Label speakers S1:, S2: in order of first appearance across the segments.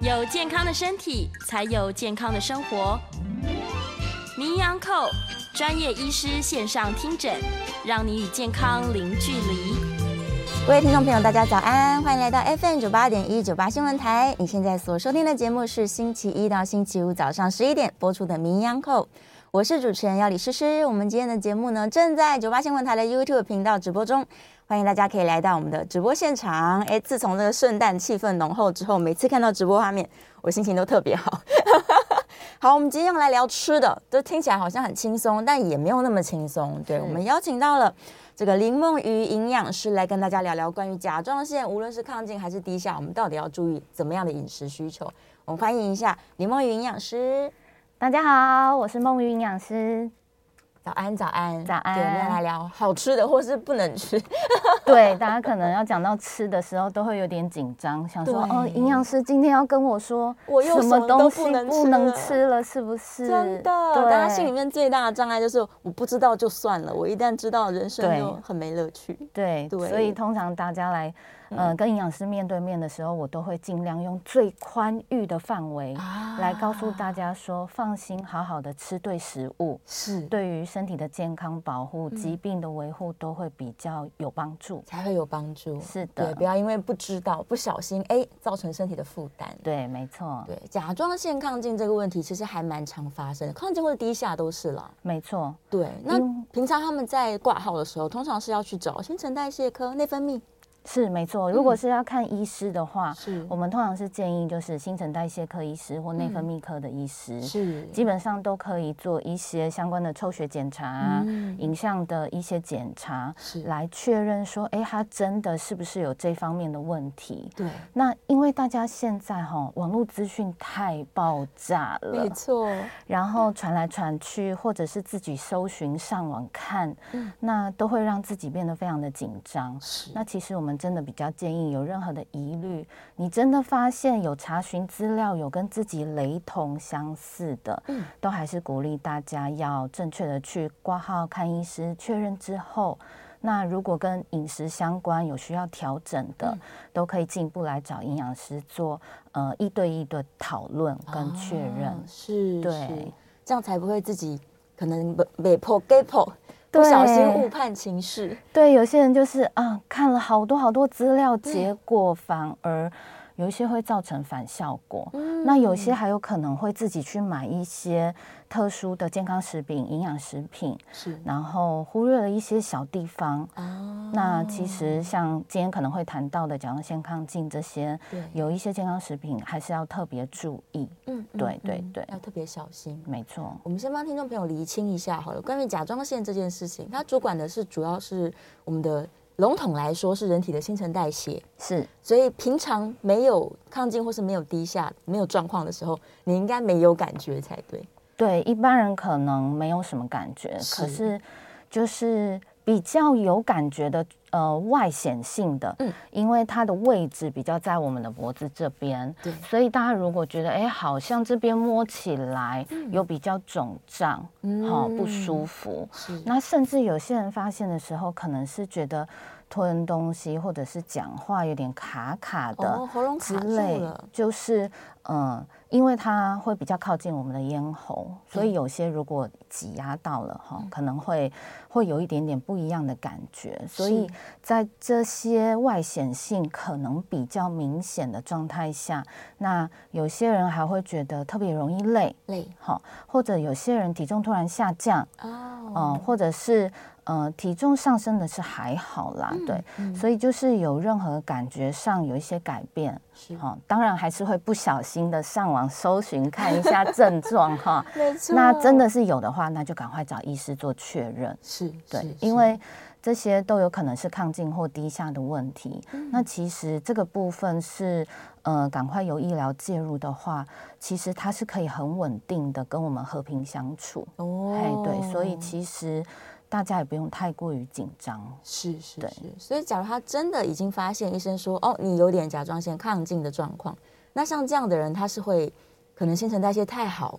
S1: 有健康的身体，才有健康的生活。名扬寇专业医师线上听诊，让你与健康零距离。
S2: 各位听众朋友，大家早安，欢迎来到 FM 九八点一九八新闻台。你现在所收听的节目是星期一到星期五早上十一点播出的《名扬寇》，我是主持人要李诗诗。我们今天的节目呢，正在九八新闻台的 YouTube 频道直播中。欢迎大家可以来到我们的直播现场。哎，自从这个圣诞气氛浓厚之后，每次看到直播画面，我心情都特别好。 好，我们今天要来聊吃的，都听起来好像很轻松，但也没有那么轻松。对我们邀请到了这个林梦瑜营养师来跟大家聊聊关于甲状腺，无论是亢进还是低下，我们到底要注意怎么样的饮食需求。我们欢迎一下林梦瑜营养师。
S3: 大家好，我是梦瑜营 养师。
S2: 早安，早安，
S3: 早安
S2: 对，我们要来聊好吃的，或是不能 吃。
S3: 对，大家可能要讲到吃的时候，都会有点紧张，想说
S2: 对
S3: 哦，营养师今天要跟我说
S2: 我又
S3: 什么东西
S2: 什么都
S3: 不
S2: 不能
S3: 能
S2: 吃
S3: 吃了，是不是？
S2: 真的，
S3: 对，
S2: 大家心里面最大的障碍就是我不知道就算了，我一旦知道，人生
S3: 对
S2: 就很没乐趣。
S3: 对，
S2: 对嗯
S3: 所以通常大家来，呃，跟营养师面对面的时候，我都会尽量用最宽裕的范围
S2: 啊
S3: 来告诉大家说，放心，好好的吃对食物，
S2: 是，
S3: 对于身体的健康保护、
S2: 嗯
S3: 疾病的维护都会比较有帮助。
S2: 才会有帮助。
S3: 是的
S2: 对，不要因为不知道、不小心，哎，造成身体的负担。
S3: 对，没错，
S2: 对，甲状腺亢进这个问题其实还蛮常发生的，亢进或者低下都是啦。
S3: 没错。
S2: 对，那
S3: 嗯
S2: 平常他们在挂号的时候，通常是要去找新陈代谢科、内分泌。
S3: 是没错，如果是要看医师的话，
S2: 嗯是
S3: 我们通常是建议就是新陈代谢科医师或内分泌科的医师，
S2: 嗯是
S3: 基本上都可以做一些相关的抽血检查、啊、
S2: 嗯
S3: 影像的一些检查，
S2: 是
S3: 来确认说，哎，他真的是不是有这方面的问题？
S2: 对，
S3: 那因为大家现在哈、网络资讯太爆炸了
S2: 没，错，
S3: 然后传来传去，或者是自己搜寻上网看，
S2: 嗯
S3: 那都会让自己变得非常的紧张。
S2: 是
S3: 那其实我们真的比较建议，有任何的疑虑，你真的发现有查询资料有跟自己雷同相似的，
S2: 嗯
S3: 都还是鼓励大家要正确的去挂号看医师确认之后。那如果跟饮食相关有需要调整的，
S2: 嗯
S3: 都可以进一步来找营养师做呃一对一的讨论跟确认。
S2: 啊是，
S3: 对
S2: 是，这样才不会自己可能被被迫 g a p 不
S3: 对
S2: 小心误判情势，
S3: 对，有些人就是啊，看了好多好多资料，结果反而有一些会造成反效果。那有些还有可能会自己去买一些特殊的健康食品、营养食品，
S2: 是
S3: 然后忽略了一些小地方。
S2: 啊
S3: 那其实像今天可能会谈到的甲状腺亢进这些
S2: 对，
S3: 有一些健康食品还是要特别注意。
S2: 嗯，嗯
S3: 对对
S2: 嗯
S3: 对
S2: 要特别小心。
S3: 没错，
S2: 我们先帮听众朋友厘清一下好了，关于甲状腺这件事情，它主管的是主要是我们的笼统来说是人体的新陈代谢，
S3: 是
S2: 所以平常没有亢进或是没有低下、没有状况的时候，你应该没有感觉才对。
S3: 对，一般人可能没有什么感觉，
S2: 是
S3: 可是就是比较有感觉的，呃，外显性的，
S2: 嗯
S3: 因为它的位置比较在我们的脖子这边，
S2: 对
S3: 所以大家如果觉得，哎，好像这边摸起来
S2: 嗯
S3: 有比较肿胀，好、不舒服，
S2: 是
S3: 那甚至有些人发现的时候，可能是觉得吞东西或者是讲话有点卡卡的，
S2: 哦，喉咙
S3: 之
S2: 卡住
S3: 类
S2: 了，，
S3: 就是嗯，因为它会比较靠近我们的咽喉，所以
S2: 嗯
S3: 有些如果挤压到了哈，可能会会有一点点不一样的感觉。所以在这些外显性可能比较明显的状态下，那有些人还会觉得特别容易累，
S2: 累
S3: 哈，或者有些人体重突然下降，
S2: 哦，
S3: 嗯，或者是呃体重上升的是还好啦，
S2: 嗯
S3: 对，所以就是有任何感觉上有一些改变，
S2: 是
S3: 哦，当然还是会不小心的上网搜寻看一下 症状哈。
S2: 没错，
S3: 那真的是有的话，那就赶快找医师做确认。
S2: 是
S3: 对
S2: 是，
S3: 因
S2: 是
S3: 为这些都有可能是亢进或低下的问题。那
S2: 嗯
S3: 其实这个部分是，呃，赶快由医疗介入的话，其实它是可以很稳定的跟我们和平相处。
S2: 哦
S3: 哎，，对，所以其实大家也不用太过于紧张。
S2: 是是
S3: 对
S2: 是，所以假如他真的已经发现医生说，哦，你有点甲状腺亢进的状况，那像这样的人，他是会可能新陈代谢太好，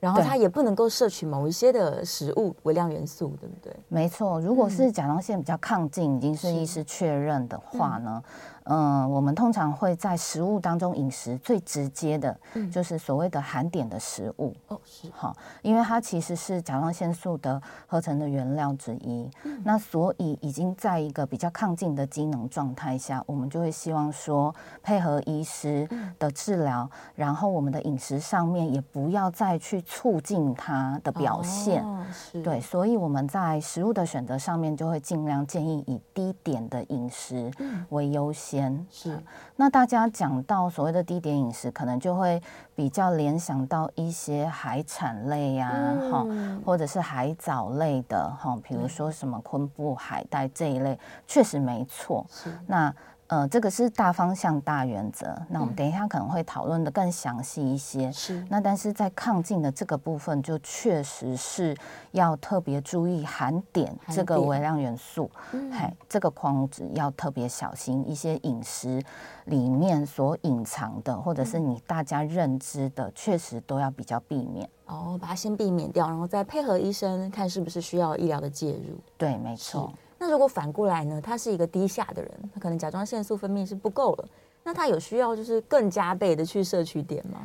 S2: 然后
S3: 对
S2: 他也不能够摄取某一些的食物微量元素，对不对？
S3: 没错，如果是甲状腺比较亢进，已经是医师确认的话呢，嗯、我们通常会在食物当中饮食最直接的，就是所谓的含碘的食物。
S2: 哦，是
S3: 好，因为它其实是甲状腺素的合成的原料之一。那所以已经在一个比较亢进的机能状态下，我们就会希望说配合医师的治疗，然后我们的饮食上面也不要再去促进它的表现。
S2: 哦是
S3: 对，所以我们在食物的选择上面就会尽量建议以低点的饮食为优先。
S2: 是
S3: 那大家讲到所谓的低点饮食，可能就会比较联想到一些海产类呀、哈、
S2: 嗯
S3: 或者是海藻类的哈，比如说什么昆布、海带这一类，确实没错。
S2: 是
S3: 那呃，这个是大方向、大原则。那我们等一下可能会讨论的更详细一些。
S2: 是
S3: 那但是在亢进的这个部分，就确实是要特别注意含碘
S2: 含
S3: 这个
S2: 碘
S3: 微量元素，嘿，这个矿物质要特别小心一些饮食里面所隐藏的，或者是你大家认知的，确实都要比较避免。
S2: 哦，把它先避免掉，然后再配合医生看是不是需要医疗的介入。
S3: 对，没错。
S2: 那如果反过来呢？他是一个低下的人，他可能甲状腺素分泌是不够了，那他有需要就是更加倍的去摄取碘吗？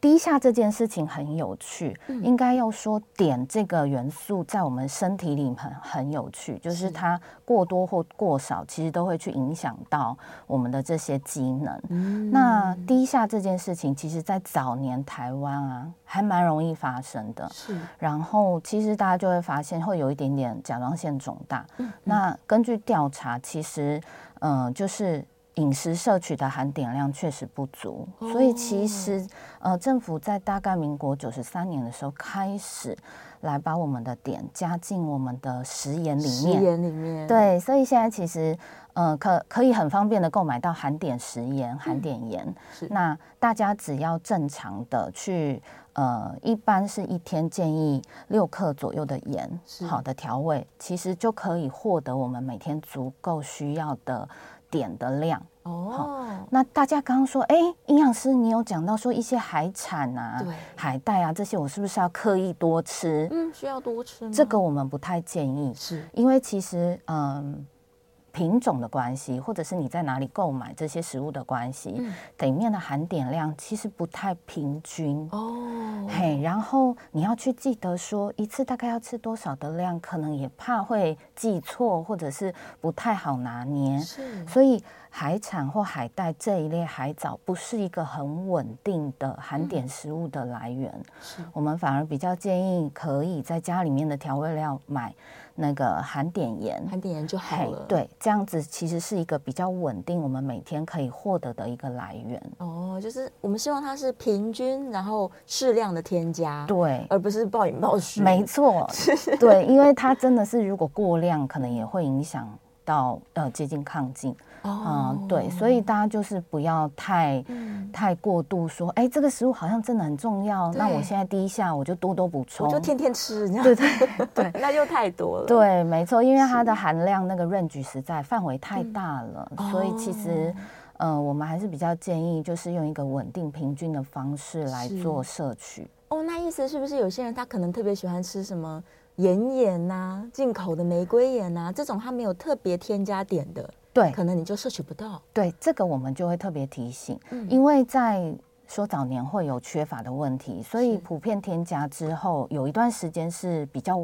S3: 低下这件事情很有趣，应该要说碘这个元素在我们身体里很很有趣，就是它过多或过少，其实都会去影响到我们的这些机能。那低下这件事情，其实在早年台湾啊，还蛮容易发生的。
S2: 是
S3: 然后其实大家就会发现会有一点点甲状腺肿大。
S2: 嗯
S3: 那根据调查，其实嗯、呃就是。饮食摄取的含碘量确实不足，
S2: 哦
S3: 所以其实呃，政府在大概民国九十三年的时候开始来把我们的碘加进我们的食盐里
S2: 食
S3: 面，
S2: 盐里面，
S3: 对，所以现在其实，呃，可可以很方便的购买到含碘食盐、含碘盐。
S2: 是
S3: 那大家只要正常的去，呃，一般是一天建议六克左右的盐
S2: 是，
S3: 好的调味，其实就可以获得我们每天足够需要的碘的量。
S2: 哦，
S3: 那大家刚刚说，哎，营养师，你有讲到说一些海产啊
S2: 对、
S3: 海带啊这些，我是不是要刻意多吃？
S2: 嗯，需要多吃吗
S3: 这个我们不太建议。
S2: 是
S3: 因为其实嗯。品种的关系，或者是你在哪里购买这些食物的关系，
S2: 嗯
S3: 里面的含碘量其实不太平均。
S2: 哦，
S3: 嘿，然后你要去记得说一次大概要吃多少的量，可能也怕会记错，或者是不太好拿捏。
S2: 是
S3: 所以海产或海带这一类海藻不是一个很稳定的含
S2: 嗯
S3: 碘食物的来源，
S2: 是
S3: 我们反而比较建议可以在家里面的调味料买那个含碘盐。
S2: 含碘盐就好
S3: 嘿
S2: 了，，
S3: 对，这样子其实是一个比较稳定，我们每天可以获得的一个来源。
S2: 哦，就是我们希望它是平均，然后适量的添加，，
S3: 对，
S2: 而不是暴饮暴食，
S3: 没错，对，因为它真的是如果过量，可能也会影响到呃接近亢进。
S2: 哦 嗯
S3: 嗯，对，所以大家就是不要太、太过度说，哎、这个食物好像真的很重要，那我
S2: 对
S3: 现在第一下我就多多补充，
S2: 我就天天吃，这样
S3: 对对对。
S2: 那就太多了，，
S3: 对，没错，因为它的含量那个 range 实在范围太
S2: 嗯
S3: 大了，所以其实。
S2: 哦
S3: 呃，我们还是比较建议，就是用一个稳定平均的方式来
S2: 是
S3: 做摄取。
S2: 哦，那意思是不是有些人他可能特别喜欢吃什么盐盐呐、进口的玫瑰盐呐、这种他没有特别添加点的，
S3: 对
S2: 可能你就摄取不到，
S3: 对，这个我们就会特别提醒，
S2: 嗯
S3: 因为在说早年会有缺乏的问题，所以
S2: 是
S3: 普遍添加之后，有一段时间是比较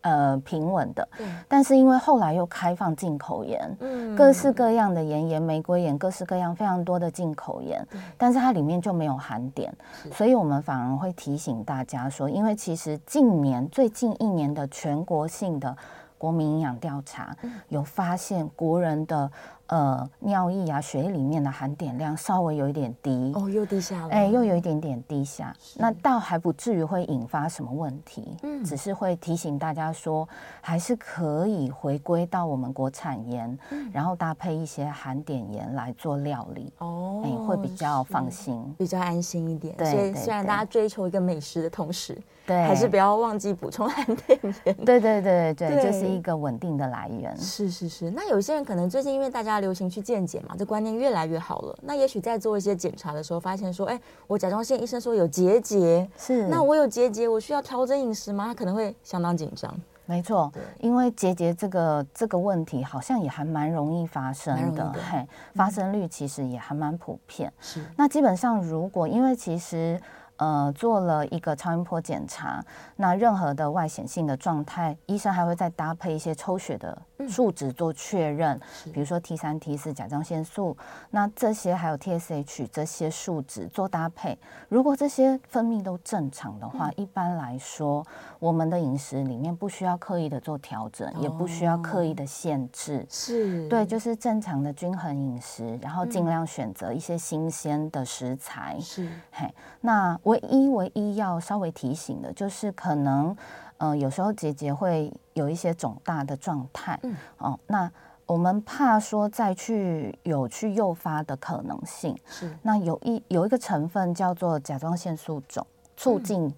S3: 呃平稳的。
S2: 对，
S3: 但是因为后来又开放进口盐，
S2: 嗯
S3: 各式各样的盐，盐玫瑰盐，各式各样非常多的进口盐，但是它里面就没有含碘，所以我们反而会提醒大家说，因为其实近年最近一
S2: 嗯
S3: 年的全国性的。国民营养调查有发现，国人的呃尿液啊、血液里面的含碘量稍微有一点低，
S2: 哦，又低下了，
S3: 哎、又有一点点低下，那倒还不至于会引发什么问题，
S2: 嗯
S3: 只是会提醒大家说，还是可以回归到我们国产盐，
S2: 嗯
S3: 然后搭配一些含碘盐来做料理，
S2: 哦
S3: 哎、会比较放
S2: 是
S3: 心。
S2: 比较安心一点。
S3: 对
S2: 所以
S3: 对
S2: 虽然
S3: 对
S2: 大家追求一个美食的同时，
S3: 对，
S2: 还是不要忘记补充含碘盐。
S3: 对对对对，这是
S2: 对
S3: 一个稳定的来源。
S2: 是是是，那有些人可能最近因为大家流行去健检嘛，这观念越来越好了。那也许在做一些检查的时候，发现说，哎、我甲状腺医生说有结节，
S3: 是，
S2: 那我有结节，我需要调整饮食吗？他可能会相当紧张，
S3: 没错，因为结节这个这个问题好像也还蛮容易发
S2: 蛮容
S3: 生
S2: 易
S3: 的，
S2: 的嗯
S3: 嘿，发生率其实也还蛮普遍。
S2: 是
S3: 那基本上，如果因为其实呃做了一个超音波检查，那任何的外显性的状态，医生还会再搭配一些抽血的数值做确认，比如说 T 三、T 四甲状腺素，那这些还有 TSH 这些数值做搭配。如果这些分泌都正常的话，一般来说，我们的饮食里面不需要刻意的做调整，也不需要刻意的限制。
S2: 是，
S3: 对，就是正常的均衡饮食，然后尽量选择一些新鲜的食材。
S2: 是
S3: 嘿，那唯一唯一要稍微提醒的就是，可能呃有时候结节会有一些肿大的状态，
S2: 嗯
S3: 哦，那我们怕说再去有去诱发的可能性。
S2: 是
S3: 那有一有一个成分叫做甲状腺素种促进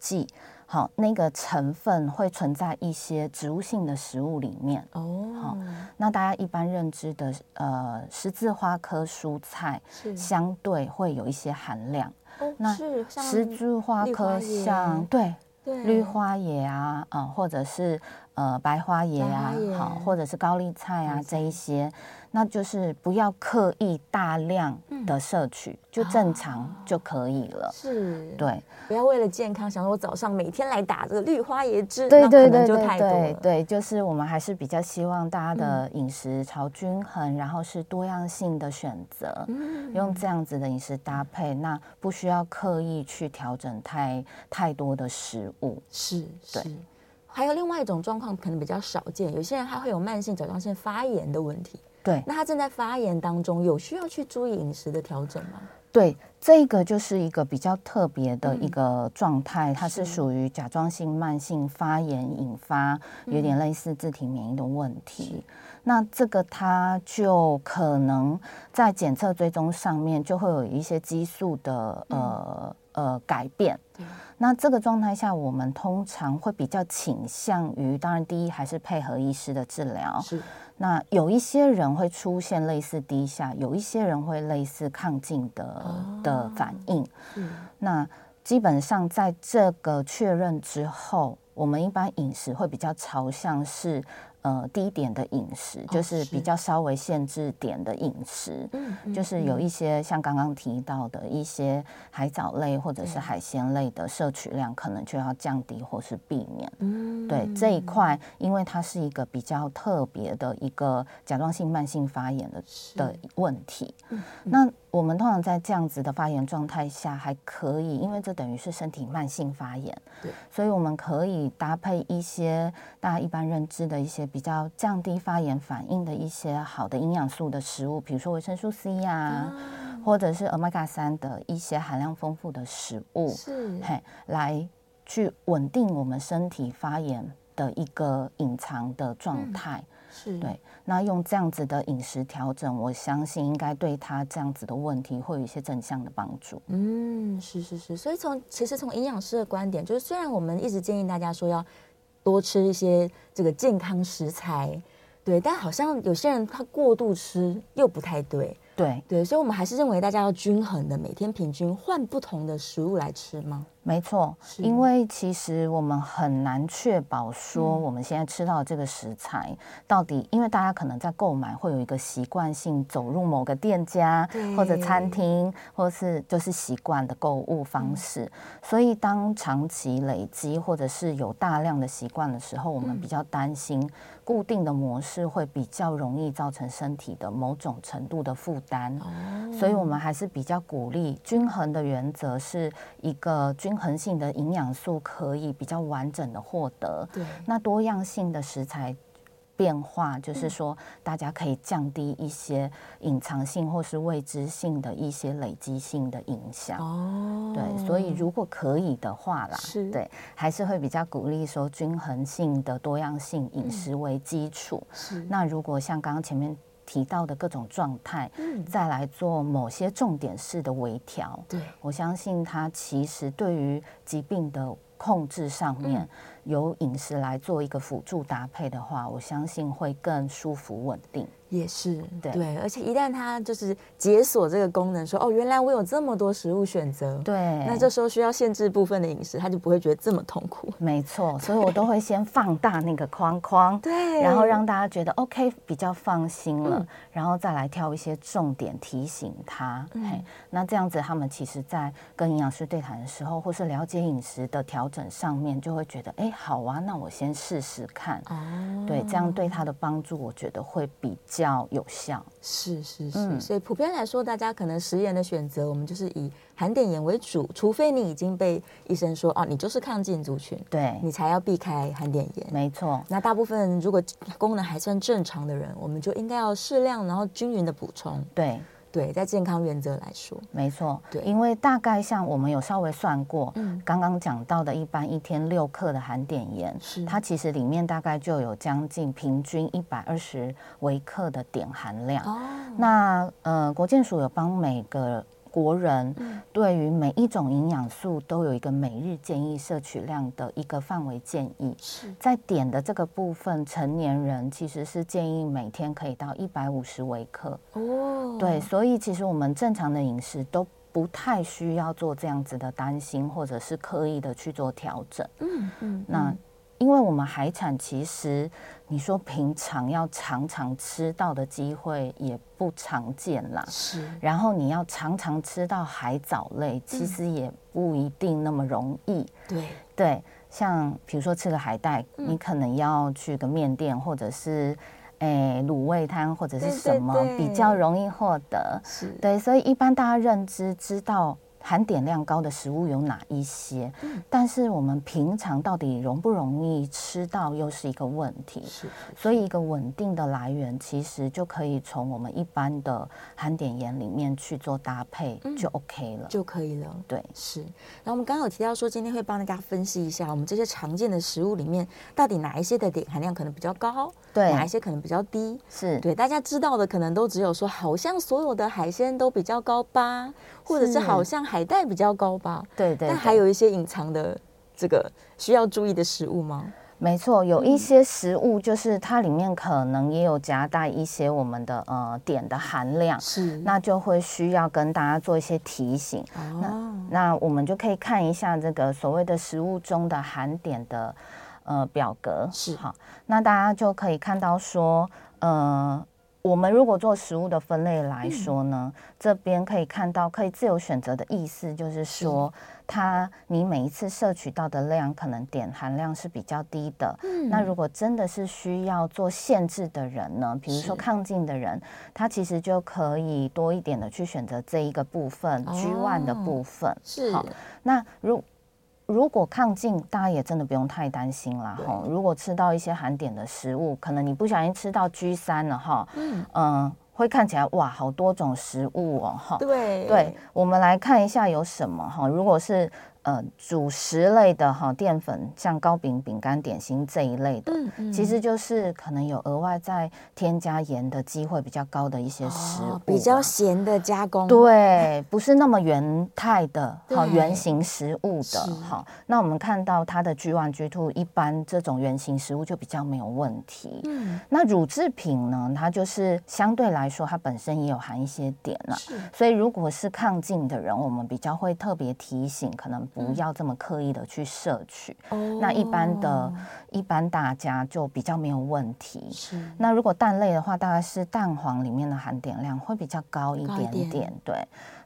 S3: 剂，好、那个成分会存在一些植物性的食物里面。
S2: 哦，
S3: 那大家一般认知的呃十字花科蔬菜
S2: 是
S3: 相对会有一些含量，
S2: 哦
S3: 那
S2: 是像
S3: 十字花
S2: 绿
S3: 科
S2: 花椰
S3: 像对
S2: 对
S3: 绿花椰啊，呃或者是呃白花椰啊
S2: 白花椰，
S3: 好或者是高丽菜
S2: 高
S3: 啊
S2: 丽
S3: 这一些，那就是不要刻意大量的摄取，就正常就可以了。
S2: 嗯哦是，
S3: 对
S2: 不要为了健康想说我早上每天来打这个绿花椰汁，
S3: 对
S2: 那
S3: 对
S2: 可能
S3: 对
S2: 就
S3: 对
S2: 太多
S3: 对
S2: 了，嗯
S3: 对，就是我们还是比较希望大家的饮食朝均衡，然后是多样性的选择。
S2: 嗯
S3: 用这样子的饮食搭配，那不需要刻意去调整太太多的食物。
S2: 是是
S3: 对。
S2: 还有另外一种状况可能比较少见，有些人他会有慢性甲状腺发炎的问题，
S3: 对
S2: 那他正在发炎当中，有需要去注意饮食的调整吗？
S3: 对，这个就是一个比较特别的一个状态，它是属于甲状腺慢性发炎引发，有点类似自体免疫的问题。那这个它就可能在检测追踪上面就会有一些激素的呃、呃改变。那这个状态下，我们通常会比较倾向于，当然第一还是配合医师的治疗，
S2: 是
S3: 那有一些人会出现类似低下，有一些人会类似亢进的、
S2: 哦
S3: 的反应。那基本上在这个确认之后，我们一般饮食会比较朝向是呃低点的饮食，就是
S2: 是
S3: 比较稍微限制点的饮食。
S2: 哦嗯
S3: 就是有一些像刚刚提到的一些海藻类或者是
S2: 对
S3: 海鲜类的摄取量，可能就要降低或是避免。
S2: 嗯
S3: 对这一块，因为它是一个比较特别的一个甲状腺慢性发炎的的问题。
S2: 嗯
S3: 那我们通常在这样子的发炎状态下，还可以，因为这等于是身体慢性发炎
S2: 对，
S3: 所以我们可以搭配一些大家一般认知的一些比较降低发炎反应的一些好的营养素的食物，比如说维生素 C 呀、
S2: 啊
S3: 或者是 omega 三的一些含量丰富的食物。
S2: 是
S3: 嘿，来去稳定我们身体发炎的一个隐藏的状态。
S2: 是
S3: 对，那用这样子的饮食调整，我相信应该对他这样子的问题会有一些正向的帮助。
S2: 嗯，是是是，所以从其实从营养师的观点，就是虽然我们一直建议大家说要多吃一些这个健康食材，对，但好像有些人他过度吃又不太对，
S3: 对，
S2: 对，所以我们还是认为大家要均衡的，每天平均换不同的食物来吃吗？
S3: 没错，
S2: 是
S3: 因为其实我们很难确保
S2: 嗯
S3: 说我们现在吃到的这个食材、到底，因为大家可能在购买会有一个习惯性走入某个店家
S2: 对嗯
S3: 或者餐厅，或是就是习惯的购物方式，所以当长期累积或者是有大量的习惯的时候，我们
S2: 嗯
S3: 比较担心固定的模式会比较容易造成身体的某种程度的负担。所以
S2: 嗯
S3: 我们还是比较鼓励均衡的原则是一个均衡性的营养素可以比较完整的获得，
S2: 对，
S3: 那多样性的食材。变化，
S2: 嗯
S3: 就是说大家可以降低一些隐藏性或是未知性的一些累积性的影响。
S2: 哦，
S3: 对，所以如果可以的话啦，
S2: 是
S3: 对，还是会比较鼓励说均衡性的多样性饮食为基础。
S2: 是
S3: 那如果像刚刚前面提到的各种状态，再来做某些重点式的微调，
S2: 对
S3: 我相信它其实对于疾病的控制上面，由饮食来做一个辅助搭配的话，我相信会更舒服稳定。
S2: 也是
S3: 对
S2: 而且一旦它就是解锁这个功能，说哦，原来我有这么多食物选择，，
S3: 对，
S2: 那这时候需要限制部分的饮食，他就不会觉得这么痛苦。
S3: 没错，所以我都会先放大那个框框，
S2: 对
S3: 然后让大家觉得 OK 比较放心了，
S2: 嗯
S3: 然后再来挑一些重点提醒他。
S2: 嗯
S3: 嘿，那这样子他们其实在跟营养师对谈的时候，或是了解饮食的调整上面，就会觉得哎、好啊，那我先试试看。
S2: 哦，
S3: 对，这样对他的帮助，我觉得会比较有效。
S2: 是是是，
S3: 嗯
S2: 所以普遍来说，大家可能食盐的选择，我们就是以含碘盐为主，除非你已经被医生说哦，你就是抗进族群，
S3: 对，
S2: 你才要避开含碘盐。
S3: 哦没错，
S2: 那大部分如果功能还算正常的人，我们就应该要适量，然后均匀的补充。
S3: 对。
S2: 对，在健康原则来说，
S3: 没错，
S2: 对
S3: 因为大概像我们有稍微算过，
S2: 嗯
S3: 刚刚讲到的，一般一天六克的含碘盐
S2: 是，
S3: 它其实里面大概就有将近平均一百二十微克的碘含量。
S2: 哦，
S3: 那呃，国健署有帮每个国人
S2: 嗯
S3: 对于每一种营养素都有一个每日建议摄取量的一个范围建议。
S2: 是
S3: 在碘的这个部分，成年人其实是建议每天可以到一百五十微克。
S2: 哦，
S3: 对，所以其实我们正常的饮食都不太需要做这样子的担心，或者是刻意的去做调整。
S2: 嗯嗯，
S3: 那因为我们海产其实你说平常要常常吃到的机会也不常见啦，
S2: 是
S3: 然后你要常常吃到海藻类，
S2: 嗯
S3: 其实也不一定那么容易。
S2: 对，
S3: 对，像比如说吃个海带，
S2: 嗯
S3: 你可能要去个面店，或者是诶卤味摊，或者是
S2: 对对
S3: 什么
S2: 对
S3: 比较容易获得。
S2: 是
S3: 对，所以一般大家认知知道含碘量高的食物有哪一些，
S2: 嗯
S3: 但是我们平常到底容不容易吃到，又是一个问题。
S2: 是
S3: 所以，一个稳定的来源其实就可以从我们一般的含碘盐里面去做搭配，就 OK 了。
S2: 嗯就可以了。
S3: 对，
S2: 是，然后我们刚刚有提到说，今天会帮大家分析一下我们这些常见的食物里面，到底哪一些的碘含量可能比较高，
S3: 对
S2: 哪一些可能比较低。
S3: 是，
S2: 对，大家知道的可能都只有说，好像所有的海鲜都比较高吧，或者是
S3: 是
S2: 好像海带比较高吧。
S3: 对对对。
S2: 但还有一些隐藏的这个需要注意的食物吗？
S3: 没错，有
S2: 嗯
S3: 一些食物就是它里面可能也有夹带一些我们的呃碘的含量，
S2: 是那
S3: 那就会需要跟大家做一些提醒。
S2: 哦，
S3: 那我们就可以看一下这个所谓的食物中的含碘的呃表格，
S2: 是
S3: 好，那大家就可以看到说，呃，我们如果做食物的分类
S2: 嗯
S3: 来说呢，这边可以看到可以自由选择的意思，就是说它你每一次摄取到的量可能碘含量是比较低的。
S2: 嗯
S3: 那如果真的是需要做限制的人呢，比如说
S2: 是
S3: 抗进的人，他其实就可以多一点的去选择这一个部分、
S2: 哦
S3: G one 的部分。
S2: 是
S3: 好那如如果抗进，大家也真的不用太担心啦
S2: 对
S3: 哈。如果吃到一些含碘的食物，可能你不小心吃到 G 三了哈，
S2: 嗯
S3: 嗯、会看起来哇，好多种食物哦哈。
S2: 对
S3: 对，我们来看一下有什么哈。如果是呃主食类的哈，淀粉像糕饼、饼干、点心这一类的，
S2: 嗯嗯
S3: 其实就是可能有额外再添加盐的机会比较高的一些食物啦、啊
S2: 哦比较咸的加工，
S3: 对，不是那么原态的，好
S2: 对
S3: 原型食物
S2: 是
S3: 的，好。那我们看到它的 G one、G two，一般这种原型食物就比较没有问题。
S2: 嗯
S3: 那乳制品呢，它就是相对来说，它本身也有含一些碘啊。
S2: 是
S3: 所以，如果是抗进的人，我们比较会特别提醒，可能不
S2: 嗯
S3: 要这么刻意的去摄取。
S2: 哦
S3: 那一般的，一般大家就比较没有问题。
S2: 是
S3: 那如果蛋类的话，大概是蛋黄里面的含碘量会比较高一
S2: 高一
S3: 点点，
S2: 点
S3: 对。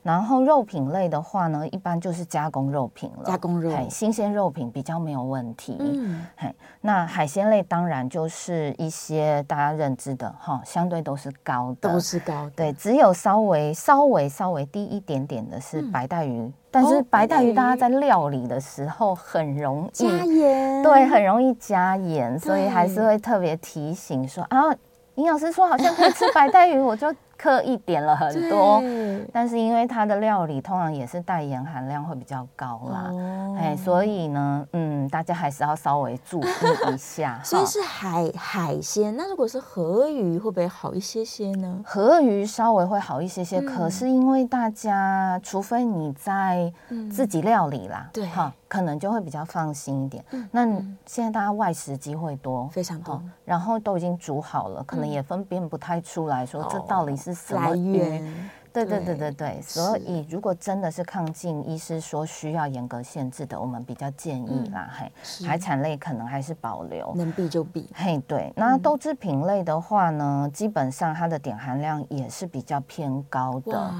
S3: 然后肉品类的话呢，一般就是加工肉品了，
S2: 加工肉
S3: 嘿新鲜肉品比较没有问题。
S2: 嗯
S3: 嘿，那海鲜类当然就是一些大家认知的哈，相对都是高的，
S2: 都是高的，
S3: 对，只有稍微稍微稍微低一点点的是白带鱼但
S2: 嗯哦
S3: 是白
S2: 白带
S3: 带鱼大家
S2: 鱼
S3: 在料理的时候很容易
S2: 加盐，
S3: 嗯对，很容易加盐，所以还是
S2: 嗯对
S3: 会特别提醒说啊，营养师说好像可以吃白带鱼， 我就刻意点了很多。
S2: 对
S3: 但是因为它的料理通常也是带盐含量会比较高啦，
S2: 哦
S3: 哎、所以呢，嗯，大家还是要稍微注意一下
S2: 所以
S3: 哈。
S2: 是海海鲜，那如果是河鱼会不会好一些些呢？
S3: 河鱼稍微会好一些些，可
S2: 嗯
S3: 是因为大家，除非你在
S2: 嗯
S3: 自己料理啦，
S2: 对
S3: 哈，可能就会比较放心一点。
S2: 嗯
S3: 那
S2: 嗯
S3: 现在大家外食机会多，
S2: 非常
S3: 好
S2: 多，
S3: 然后都已经煮好了，可能
S2: 嗯
S3: 也分辨不太出来说这
S2: 哦
S3: 到底是什
S2: 来
S3: 么鱼。
S2: 源
S3: 对对对
S2: 对
S3: 对对，所
S2: 是
S3: 以如果真的是抗进医师说需要严格限制的，我们比较建议啦，
S2: 嗯是
S3: 嘿，海产类可能还是保留。
S2: 能避就避，
S3: 嘿，对，那
S2: 嗯
S3: 豆制品类的话呢，基本上它的碘含量也是比较偏高的，
S2: 哇，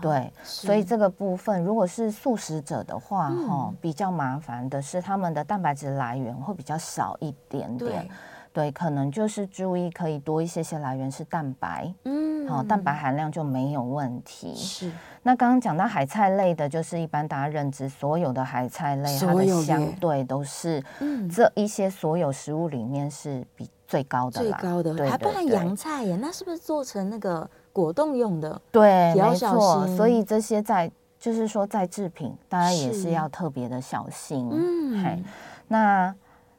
S3: 对，
S2: 是，
S3: 所以这个部分，如果是素食者的话，哈、
S2: 嗯
S3: 比较麻烦的是他们的蛋白质来源会比较少一点点
S2: 对。，
S3: 对，可能就是注意可以多一些些来源是蛋白，
S2: 嗯
S3: 好、蛋白含量就没有问题。
S2: 是
S3: 那刚刚讲到海菜类的，就是一般大家认知所有的海菜类，它
S2: 所
S3: 的
S2: 有
S3: 相
S2: 耶
S3: 对都是
S2: 嗯
S3: 这一些所有食物里面是比最高的
S2: 最
S3: 啦，
S2: 高的，
S3: 对
S2: 还包
S3: 对
S2: 含
S3: 对
S2: 洋菜耶，那是不是做成那个果冻用的？
S3: 对，
S2: 也要
S3: 没
S2: 小
S3: 错，
S2: 心
S3: 所以这些在就是说在制品，大家也
S2: 是
S3: 是要特别的小心。嘿
S2: 嗯，，
S3: 那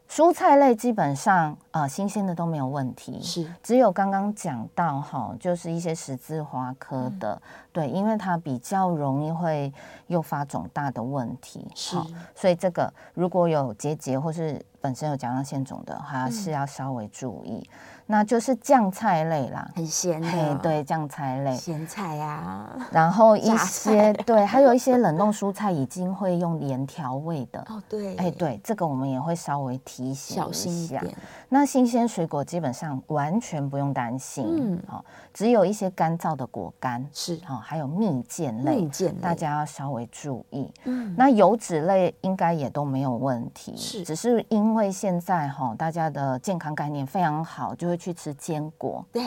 S3: 蔬菜类基本上呃新鲜的都没有问题，
S2: 是
S3: 只有刚刚讲到哈，就是一些十字花科
S2: 嗯
S3: 的，对，因为它比较容易会诱发肿大的问题，
S2: 是
S3: 好，所以这个如果有结节或是本身有甲状腺肿的，还
S2: 嗯
S3: 是要稍微注意。那就是酱菜类啦，
S2: 很咸
S3: 嘿
S2: 的，，，
S3: 对，酱菜类，
S2: 咸菜啊，
S3: 然后一
S2: 榨菜
S3: 些对，还有一些冷冻蔬菜已经会用盐调味的。
S2: 哦对，
S3: 哎，，对，这个我们也会稍微提醒
S2: 小心一
S3: 下。
S2: 点，
S3: 那新鲜水果基本上完全不用担心，
S2: 嗯
S3: 嗯，好、只有一些干燥的果干，
S2: 是
S3: 好、还有蜜饯类，
S2: 内建类
S3: 大，家要稍微注意。
S2: 嗯，
S3: 那油脂类应该也都没有问题，
S2: 是
S3: 只是因为现在哈、大家的健康概念非常好，就会去吃坚果，
S2: 对，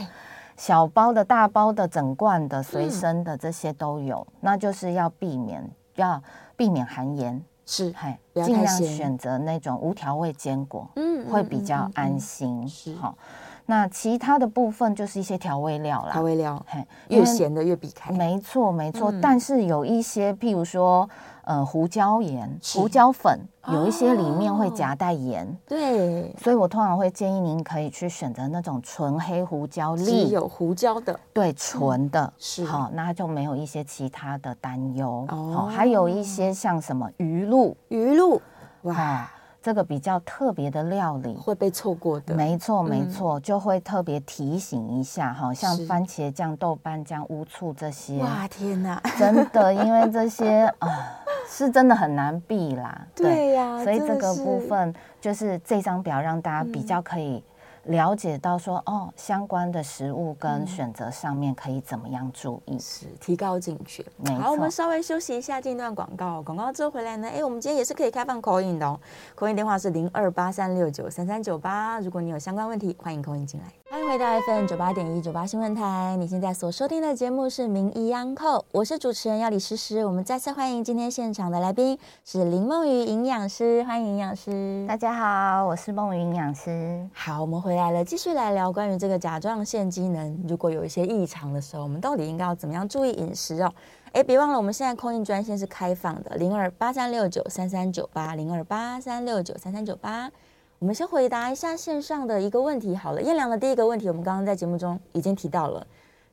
S3: 小包的、大包的、整罐的、随
S2: 嗯
S3: 身的这些都有，那就是要避免要避免含盐，
S2: 是，
S3: 嘿
S2: 不要，
S3: 尽
S2: 太
S3: 量
S2: 咸
S3: 选择那种无调味坚果，
S2: 嗯
S3: 会比较安，心。
S2: 是
S3: 好，那其他的部分就是一些调味料
S2: 调
S3: 啦，
S2: 味料
S3: 嘿，因
S2: 越
S3: 为
S2: 咸的越避开，
S3: 没错，没错，
S2: 嗯
S3: 但是有一些，譬如说，呃，胡椒盐、
S2: 是
S3: 胡椒粉，有一些里面会
S2: 哦
S3: 夹带盐，
S2: 对，
S3: 所以我通常会建议您可以去选择那种纯黑胡椒
S2: 只
S3: 粒，
S2: 有胡椒的，
S3: 对，纯的，
S2: 是
S3: 好、那就没有一些其他的担忧。好、
S2: 哦
S3: 还有一些像什么鱼露，
S2: 鱼露，哇，
S3: 啊，这个比较特别的料理。
S2: 会被错过的，
S3: 没错，没
S2: 嗯
S3: 错，就会特别提醒一下哈，像
S2: 是
S3: 番茄酱、豆瓣酱、乌醋这些，
S2: 哇，天哪，
S3: 真的，因为 这些啊、是真的很难避啦。
S2: 对呀，
S3: 所以
S2: 真
S3: 这
S2: 的
S3: 个部
S2: 是嗯
S3: 分就是这张表让大家比较可以了解到说，哦，相关的食物跟选择上面可以怎么样注意。
S2: 嗯是提高警觉。
S3: 没
S2: 好，我们
S3: 错
S2: 稍微休息一下，进一段广告。广告之后回来呢，哎，我们今天也是可以开放口音的哦。口音电话是零二八三六九三三九八，如果你有相关问题，欢迎口音进来。欢迎回到 FM 九八点一九八新闻台，你现在所收听的节目是《名医央叩》，我是主持人要李诗诗。我们再次欢迎今天现场的来宾是林梦瑜营养师，欢迎营养师。
S3: 大家好，我是梦云营养师。
S2: 好，我们回来了，继续来聊关于这个甲状腺机能，如果有一些异常的时候，我们到底应该要怎么样注意饮食哦？哎，别忘了，我们现在空运专线是开放的，零二八三六九三三九八，零二八三六九三三九八。我们先回答一下线上的一个问题好了，燕良的第一个问题，我们刚刚在节目中已经提到了，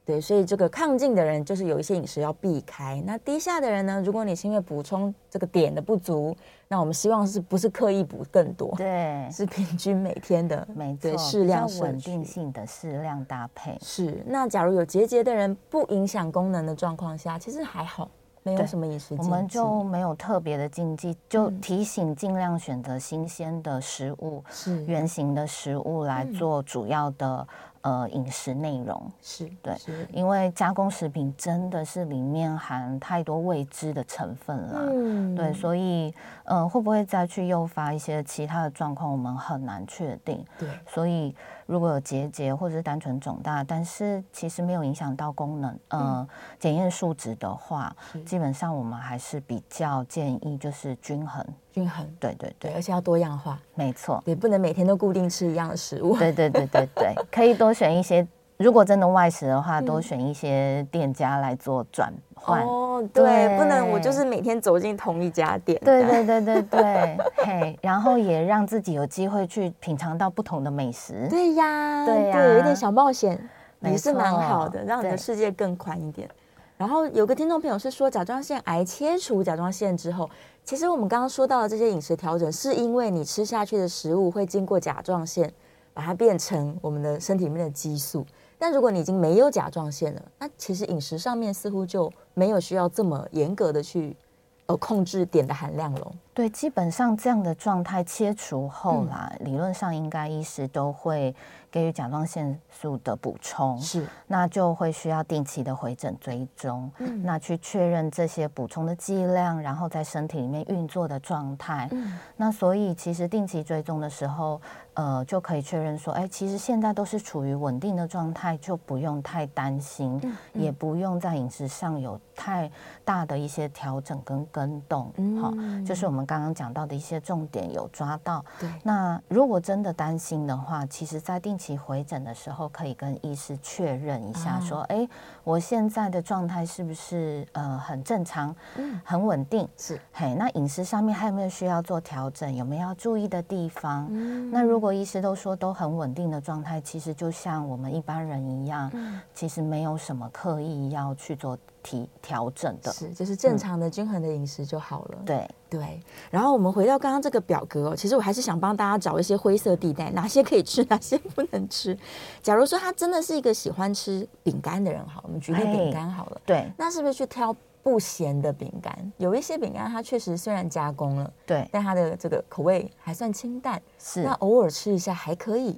S2: 对，所以这个亢进的人就是有一些饮食要避开，那低下的人呢，如果你是因为补充这个碘的不足，那我们希望是不是刻意补更多？
S3: 对，
S2: 是平均每天的，
S3: 没
S2: 对
S3: 错，
S2: 适
S3: 比
S2: 量
S3: 较稳
S2: 摄取
S3: 定性的适量搭配。
S2: 是。那假如有结节的人不影响功能的状况下，其实还好，没有
S3: 对
S2: 什么饮食禁
S3: 我
S2: 忌
S3: 们就没有特别的禁忌，就
S2: 嗯
S3: 提醒尽量选择新鲜的食物、
S2: 是
S3: 圆形的食物来
S2: 嗯
S3: 做主要的呃饮食内容。
S2: 是
S3: 对
S2: 是
S3: 因为加工食品真的是里面含太多未知的成分啦。
S2: 嗯
S3: 对，所以，呃，会不会再去诱发一些其他的状况，我们很难确定。
S2: 对
S3: 所以，如果有结节或者是单纯肿大，但是其实没有影响到功能，呃，检验数值的话，基本上我们还是比较建议就是均衡。
S2: 均衡，
S3: 对对
S2: 对，
S3: 对，
S2: 而且要多样化，
S3: 没错。
S2: 也不能每天都固定吃一样的食物。
S3: 对对对对对，可以多选一些。如果真的外食的话，多选一些店家来做转换。
S2: 哦，
S3: 对
S2: 对，不能我就是每天走进同一家店。
S3: 对对对对对，嘿，然后也让自己有机会去品尝到不同的美食。
S2: 对呀，
S3: 对呀
S2: 有一点小冒险也
S3: 没
S2: 是蛮
S3: 错
S2: 好的，让你的
S3: 对
S2: 世界更宽一点。然后有个听众朋友是说，甲状腺癌切除甲状腺之后，其实我们刚刚说到的这些饮食调整，是因为你吃下去的食物会经过甲状腺，把它变成我们的身体里面的激素。但如果你已经没有甲状腺了，那其实饮食上面似乎就没有需要这么严格的去呃控制碘的含量喽。
S3: 对，基本上这样的状态切除后啦，理论上应该医师都会给予甲状腺素的补充。
S2: 是，
S3: 那就会需要定期的回诊追踪，那去确认这些补充的剂量，然后在身体里面运作的状态。那所以其实定期追踪的时候，呃，就可以确认说，哎，其实现在都是处于稳定的状态，就不用太担心，也不用在饮食上有太大的一些调整跟跟动。
S2: 嗯
S3: 好、就是我们刚刚讲到的一些重点有抓到。
S2: 对
S3: 那如果真的担心的话，其实在定期回诊的时候，可以跟医师确认一下，说，
S2: 啊
S3: 哎、我现在的状态是不是呃很正常，
S2: 嗯
S3: 很稳定？
S2: 是，
S3: 嘿，那饮食上面还有没有需要做调整？有没有要注意的地方？
S2: 嗯
S3: 那如果医师都说都很稳定的状态，其实就像我们一般人一样，
S2: 嗯
S3: 其实没有什么刻意要去做提调整的。嗯
S2: 是，就是正常的均衡的饮食就好了。
S3: 对，
S2: 对，然后我们回到刚刚这个表格哦，其实我还是想帮大家找一些灰色地带，哪些可以吃，哪些不能吃。假如说他真的是一个喜欢吃饼干的人，好，我们举例
S3: 哎
S2: 饼干好了，
S3: 对，
S2: 那是不是去挑不咸的饼干？有一些饼干它确实虽然加工了，
S3: 对，
S2: 但它的这个口味还算清淡，
S3: 是。
S2: 那偶尔吃一下还可以。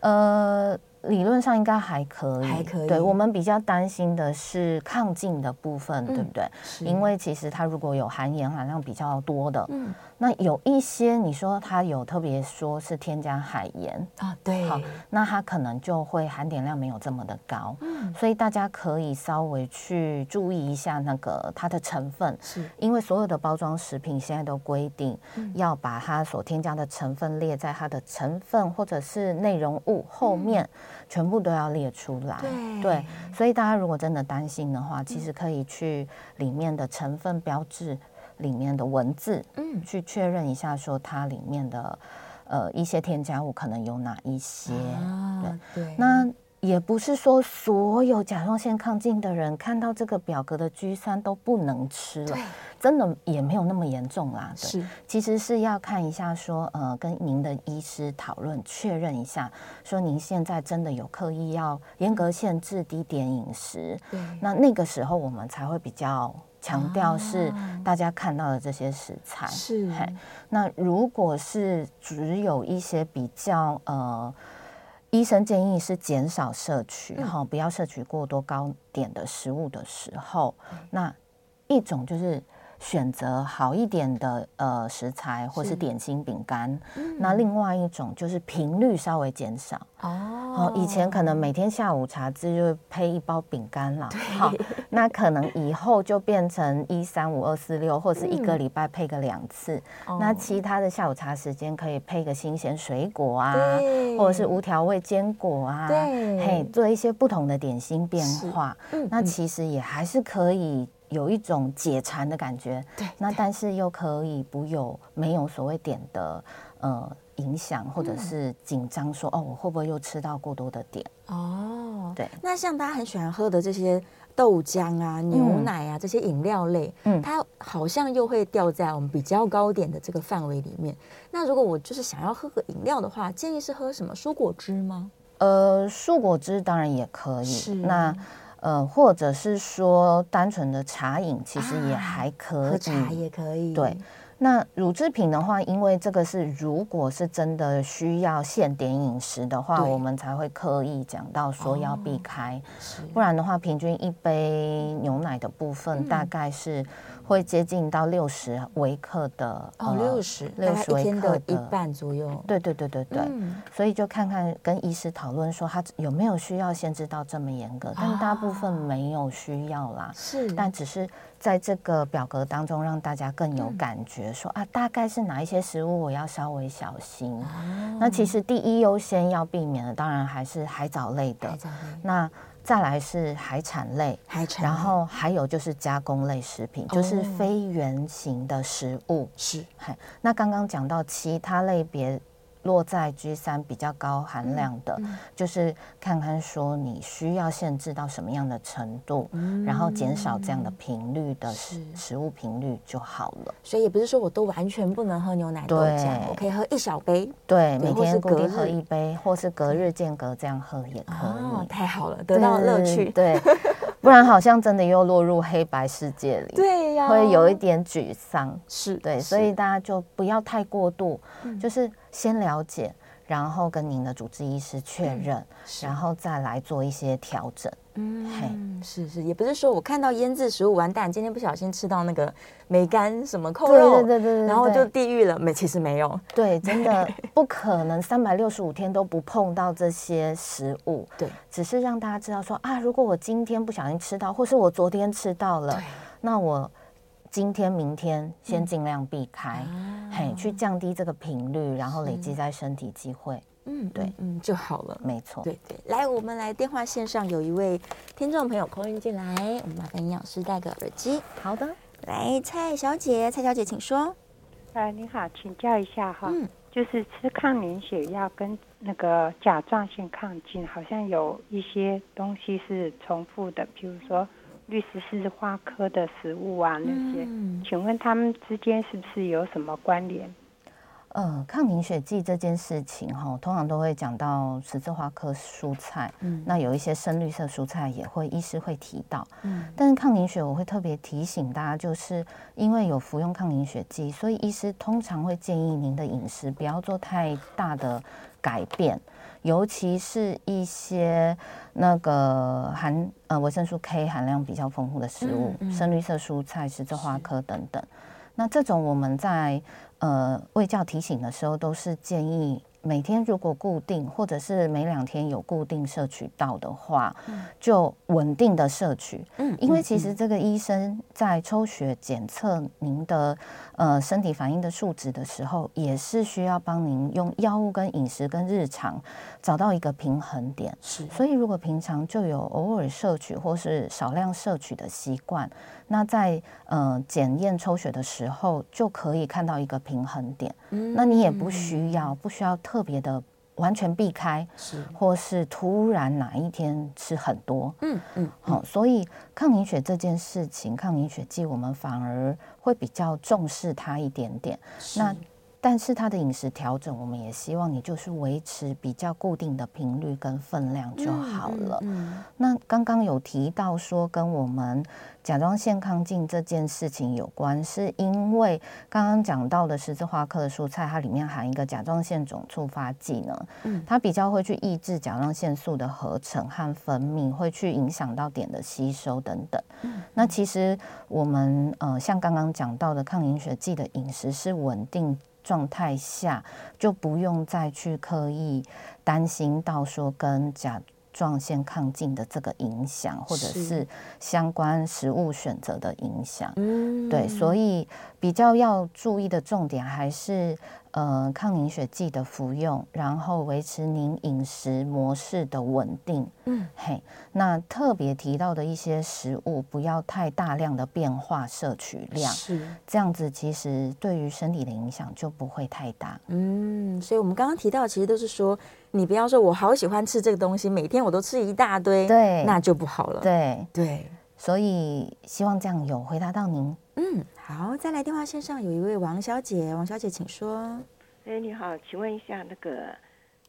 S3: 呃，理论上应该还可以，
S2: 还可以
S3: 对我们比较担心的是抗进的部分，对不对？
S2: 嗯是
S3: 因为其实它如果有含盐含量比较多的，
S2: 嗯
S3: 那有一些你说它有特别说是添加海盐，
S2: 啊，对，
S3: 好，那它可能就会含碘量没有这么的高，
S2: 嗯
S3: 所以大家可以稍微去注意一下那个它的成分，
S2: 是
S3: 因为所有的包装食品现在都规定
S2: 嗯
S3: 要把它所添加的成分列在它的成分或者是内容物后面，全部都要列出来。
S2: 嗯对嗯
S3: 所以大家如果真的担心的话，其实可以去里面的成分标志里面的文字，
S2: 嗯
S3: 去确认一下说它里面的呃一些添加物可能有哪一些。
S2: 啊，对，
S3: 那也不是说所有甲状腺亢进的人看到这个表格的 G 三都不能吃了
S2: 对，
S3: 真的也没有那么严重啦。对，
S2: 是
S3: 其实是要看一下说，呃，跟您的医师讨论确认一下，说您现在真的有刻意要严格限制低碘饮食，
S2: 对
S3: 那那个时候我们才会比较强调是大家看到的这些食材。
S2: 啊是
S3: 嘿那如果是只有一些比较呃，医生建议是减少摄取
S2: 嗯
S3: 哈、不要摄取过多高碘的食物的时候，
S2: 嗯
S3: 那一种就是。选择好一点的呃食材或是
S2: 是嗯
S3: 点心饼干，那另外一种就是频率稍微减少，哦
S2: 哦，
S3: 以前可能每天下午茶汁就会配一包饼干啦，好，那可能以后就变成一三五二四六，或是一
S2: 嗯
S3: 个礼拜配个两次。
S2: 哦
S3: 那其他的下午茶时间可以配个新鲜水果啊
S2: 对，
S3: 或者是无调味坚果啊，
S2: 对
S3: 嘿，做一些不同的点心变化。
S2: 嗯
S3: 那其实也还是可以有一种解馋的感觉，
S2: 嗯对
S3: 那但是又可以不有没有所谓点的呃影响，或者
S2: 嗯
S3: 是紧张说、哦，我会不会又吃到过多的点？
S2: 哦，
S3: 对
S2: 那像大家很喜欢喝的这些豆浆啊、牛奶啊、这些饮料类，
S3: 嗯
S2: 它好像又会掉在我们比较高点的这个范围里面。那如果我就是想要喝个饮料的话，建议是喝什么蔬果汁吗？
S3: 呃，蔬果汁当然也可
S2: 是
S3: 以，那呃或者是说单纯的茶饮，其实也还可以。
S2: 啊喝茶也可以，
S3: 对，那乳制品的话，因为这个是如果是真的需要限点饮食的话，
S2: 对哦
S3: 我们才会刻意讲到说要避开，
S2: 是嗯
S3: 不然的话，平均一杯牛奶的部分大概是会接近到六十微克的
S2: 哦，六十，大
S3: 六
S2: 概
S3: 十
S2: 一
S3: 微
S2: 天
S3: 克
S2: 的一半左右。
S3: 对对对对对，
S2: 嗯
S3: 所以就看看跟医师讨论说他有没有需要限制到这么严格，但大
S2: 哦
S3: 部分没有需要啦。
S2: 是，
S3: 但只是在这个表格当中，让大家更
S2: 嗯
S3: 有感觉说，啊，大概是哪一些食物我要稍微小
S2: 哦
S3: 心。那其实第一优先要避免的，当然还是海藻类的
S2: 海。藻类
S3: 那再来是海产类，
S2: 海产类，哦
S3: 然后还有就是加工类食品，就是非圆形的食物。
S2: 是
S3: 嗨，那刚刚讲到其他类别落在 G 三比较高
S2: 嗯
S3: 含量的，就是看看说你需要限制到什么样的程度，
S2: 嗯
S3: 然后减少这样的频率的食
S2: 是
S3: 食物频率就好了。
S2: 所以也不是说我都完全不能喝牛奶豆浆，
S3: 对
S2: 我可以喝一小杯。对
S3: 对，每
S2: 或是
S3: 天固定
S2: 隔
S3: 喝
S2: 日
S3: 一杯，或是隔日间隔这样喝也可
S2: 哦，
S3: 以。
S2: 太好了，得到乐趣。
S3: 对，对不然好像真的又落入黑白世界里，
S2: 对呀，
S3: 会有一点沮丧。
S2: 是，
S3: 对，
S2: 是嗯
S3: 所以大家就不要太过度，就是先了解，然后跟您的主治医师确认，
S2: 嗯是
S3: 然后再来做一些调整。
S2: 嗯，是是，也不是说我看到腌制食物完蛋，今天不小心吃到那个梅干什么扣
S3: 对
S2: 肉，
S3: 对对对对
S2: 然后就
S3: 对
S2: 地狱了。没，其实没有，
S3: 对，真的不可能三百六十五天都不碰到这些食物，
S2: 对，
S3: 只是让大家知道说啊，如果我今天不小心吃到，或是我昨天吃到了，那我今天、明天
S2: 嗯
S3: 先尽量避开，
S2: 啊
S3: 嘿，去降低这个频率，然后累积在身体机会，
S2: 嗯，
S3: 对
S2: 嗯，嗯，就好了。
S3: 没错。
S2: 对对，来，我们来电话线上有一位听众朋友扣音进来，我们麻烦营养师戴个耳机。
S3: 好的，
S2: 来，蔡小姐，蔡小姐，请说。
S4: 呃，你好，请教一下哈，
S2: 嗯
S4: 就是吃抗凝血药跟那个甲状腺亢进，好像有一些东西是重复的，比如说绿十字花科的食物啊那些，
S2: 嗯
S4: 请问它们之间是不是有什么关联？
S3: 呃，抗凝血剂这件事情哈，通常都会讲到十字花科蔬菜，
S2: 嗯
S3: 那有一些深绿色蔬菜也会医师会提到，
S2: 嗯
S3: 但是抗凝血我会特别提醒大家，就是因为有服用抗凝血剂，所以医师通常会建议您的饮食不要做太大的改变，尤其是一些那个含呃维生素 K 含量比较丰富的食物，
S2: 嗯嗯
S3: 深绿色蔬菜、十字花科等等。那这种我们在呃卫教提醒的时候，都是建议每天如果固定或者是每两天有固定摄取到的话，就稳定的摄取。
S2: 嗯
S3: 因为其实这个医生在抽血检测您的呃身体反应的数值的时候，也是需要帮您用药物跟饮食跟日常找到一个平衡点。
S2: 是
S3: 所以如果平常就有偶尔摄取或是少量摄取的习惯，那在呃检验抽血的时候就可以看到一个平衡点。
S2: 嗯
S3: 那你也不需要不需要特别的完全避开，
S2: 是，
S3: 或是突然哪一天吃很多。
S2: 嗯嗯，
S3: 好、所以抗凝血这件事情，抗凝血剂我们反而会比较重视它一点点。那但是它的饮食调整，我们也希望你就是维持比较固定的频率跟分量就好了。
S2: 嗯
S3: 那刚刚有提到说跟我们甲状腺亢进这件事情有关，是因为刚刚讲到的十字花科的蔬菜，它里面含一个甲状腺种触发剂呢，
S2: 嗯
S3: 它比较会去抑制甲状腺素的合成和分泌，会去影响到碘的吸收等等。
S2: 嗯
S3: 那其实我们呃，像刚刚讲到的抗凝血剂的饮食是稳定。状态下就不用再去刻意担心到说跟甲状腺亢进的这个影响，或者
S2: 是
S3: 是相关食物选择的影响。
S2: 嗯
S3: 对，所以比较要注意的重点还是呃抗凝血剂的服用，然后维持您饮食模式的稳定。
S2: 嗯
S3: 嗯，嘿，那特别提到的一些食物，不要太大量的变化摄取量，
S2: 是。
S3: 这样子其实对于身体的影响就不会太大。
S2: 嗯，所以我们刚刚提到，其实都是说，你不要说我好喜欢吃这个东西，每天我都吃一大堆，
S3: 对
S2: 那就不好了。
S3: 对，
S2: 对，
S3: 所以希望这样有回答到您。
S2: 嗯，好，再来电话线上有一位王小姐，王小姐请说。
S5: 哎，你好，请问一下，那个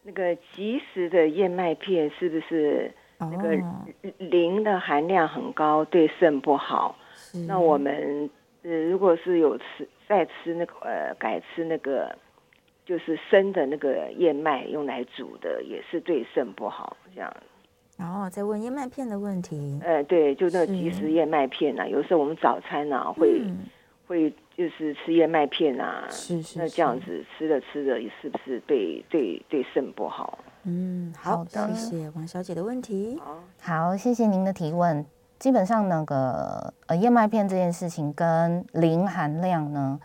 S5: 那个即食的燕麦片是不是
S2: 哦
S5: 那个磷的含量很高，对肾不好？
S2: 嗯
S5: 那我们呃，如果是有吃再吃那个呃，改吃那个就是生的那个燕麦用来煮的，也是对肾不好。这样
S2: 然后再哦问燕麦片的问题。
S5: 呃，对，就那个
S2: 是
S5: 即食燕麦片呐、有时候我们早餐呐、会、
S2: 嗯
S5: 会就是吃燕麦片呐、
S2: 是是
S5: 那
S2: 是
S5: 这样子吃着吃着，是不是对对对肾不好？
S2: 嗯，好，
S3: 好的
S2: 谢谢王小姐的问题。
S5: 啊，
S3: 好，谢谢您的提问。基本上那个呃燕麦片这件事情跟磷含量呢，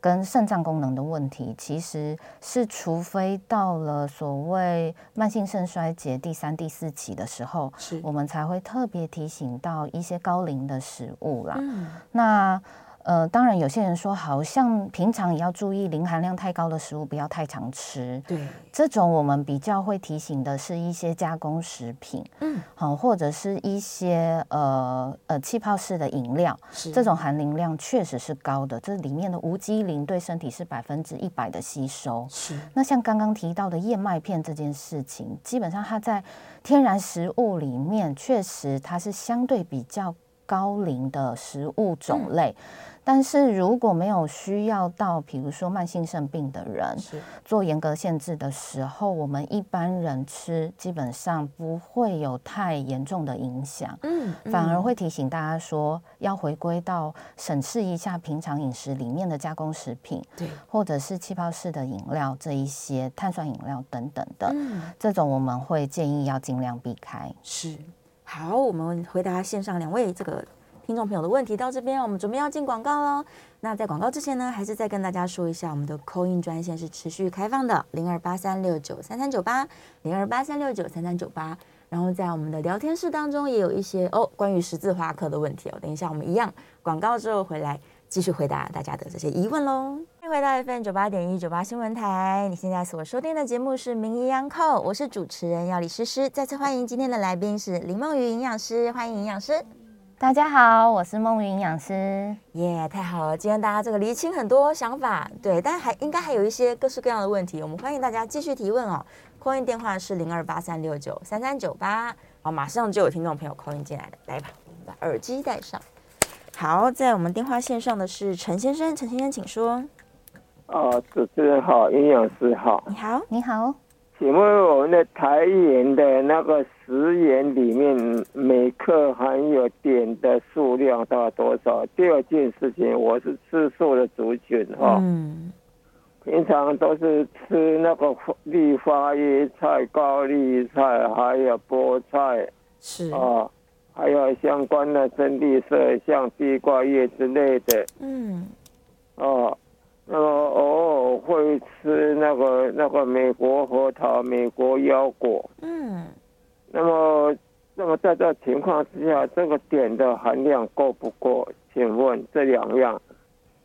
S3: 跟肾脏功能的问题，其实是除非到了所谓慢性肾衰竭第三、第四期的时候，
S2: 是
S3: 我们才会特别提醒到一些高磷的食物啦。
S2: 嗯，
S3: 那呃，当然有些人说，好像平常也要注意磷含量太高的食物不要太常吃。
S2: 对，
S3: 这种我们比较会提醒的是一些加工食品，
S2: 嗯，
S3: 好、或者是一些呃呃气泡式的饮料，
S2: 是
S3: 这种含磷量确实是高的，这里面的无机磷对身体是百分之一百的吸收。
S2: 是
S3: 那像刚刚提到的燕麦片这件事情，基本上它在天然食物里面确实它是相对比较高龄的食物
S2: 嗯
S3: 种类，但是如果没有需要到比如说慢性肾病的人
S2: 是
S3: 做严格限制的时候，我们一般人吃基本上不会有太严重的影响。
S2: 嗯，
S3: 反而
S2: 嗯
S3: 会提醒大家说，要回归到审视一下平常饮食里面的加工食品，
S2: 对，
S3: 或者是气泡式的饮料这一些碳酸饮料等等的，
S2: 嗯，
S3: 这种我们会建议要尽量避开。
S2: 是。好，我们回答线上两位这个听众朋友的问题到这边，我们准备要进广告喽。那在广告之前呢，还是再跟大家说一下，我们的扣印专线是持续开放的，零二八三六九三三九八，零二八三六九三三九八。然后在我们的聊天室当中，也有一些哦关于十字花科的问题哦。等一下我们一样广告之后回来继续回答大家的这些疑问喽。欢迎回到 FM 九八点一九八新闻台，你现在所收听的节目是《名医央叩》，我是主持人要李诗诗。再次欢迎今天的来宾是林梦瑜营养师，欢迎营养师。
S3: 大家好，我是梦云营养师。
S2: 耶、太好了！今天大家这个厘清很多想法，对，但还应该还有一些各式各样的问题，我们欢迎大家继续提问哦。扣印电话是零二八三六九三三九八，好，马上就有听众朋友扣印进来了，来吧，我们把耳机戴上。好，在我们电话线上的是陈先生，陈先生请说。
S6: 哦，主持人好，营养师好，
S2: 你好，
S3: 你好，
S6: 请问我们的台盐的那个食盐里面每克含有碘的数量到多少？第二件事情，我是吃素的族群哈、哦
S2: 嗯，
S6: 平常都是吃那个绿花椰菜、高丽菜，还有菠菜
S2: 是，
S6: 啊，还有相关的深绿色，像地瓜叶之类的。
S2: 嗯，
S6: 哦，那个偶尔会吃那个那个美国核桃、美国腰果。
S2: 嗯，
S6: 那么，那么在这情况之下，这个碘的含量够不够？请问这两样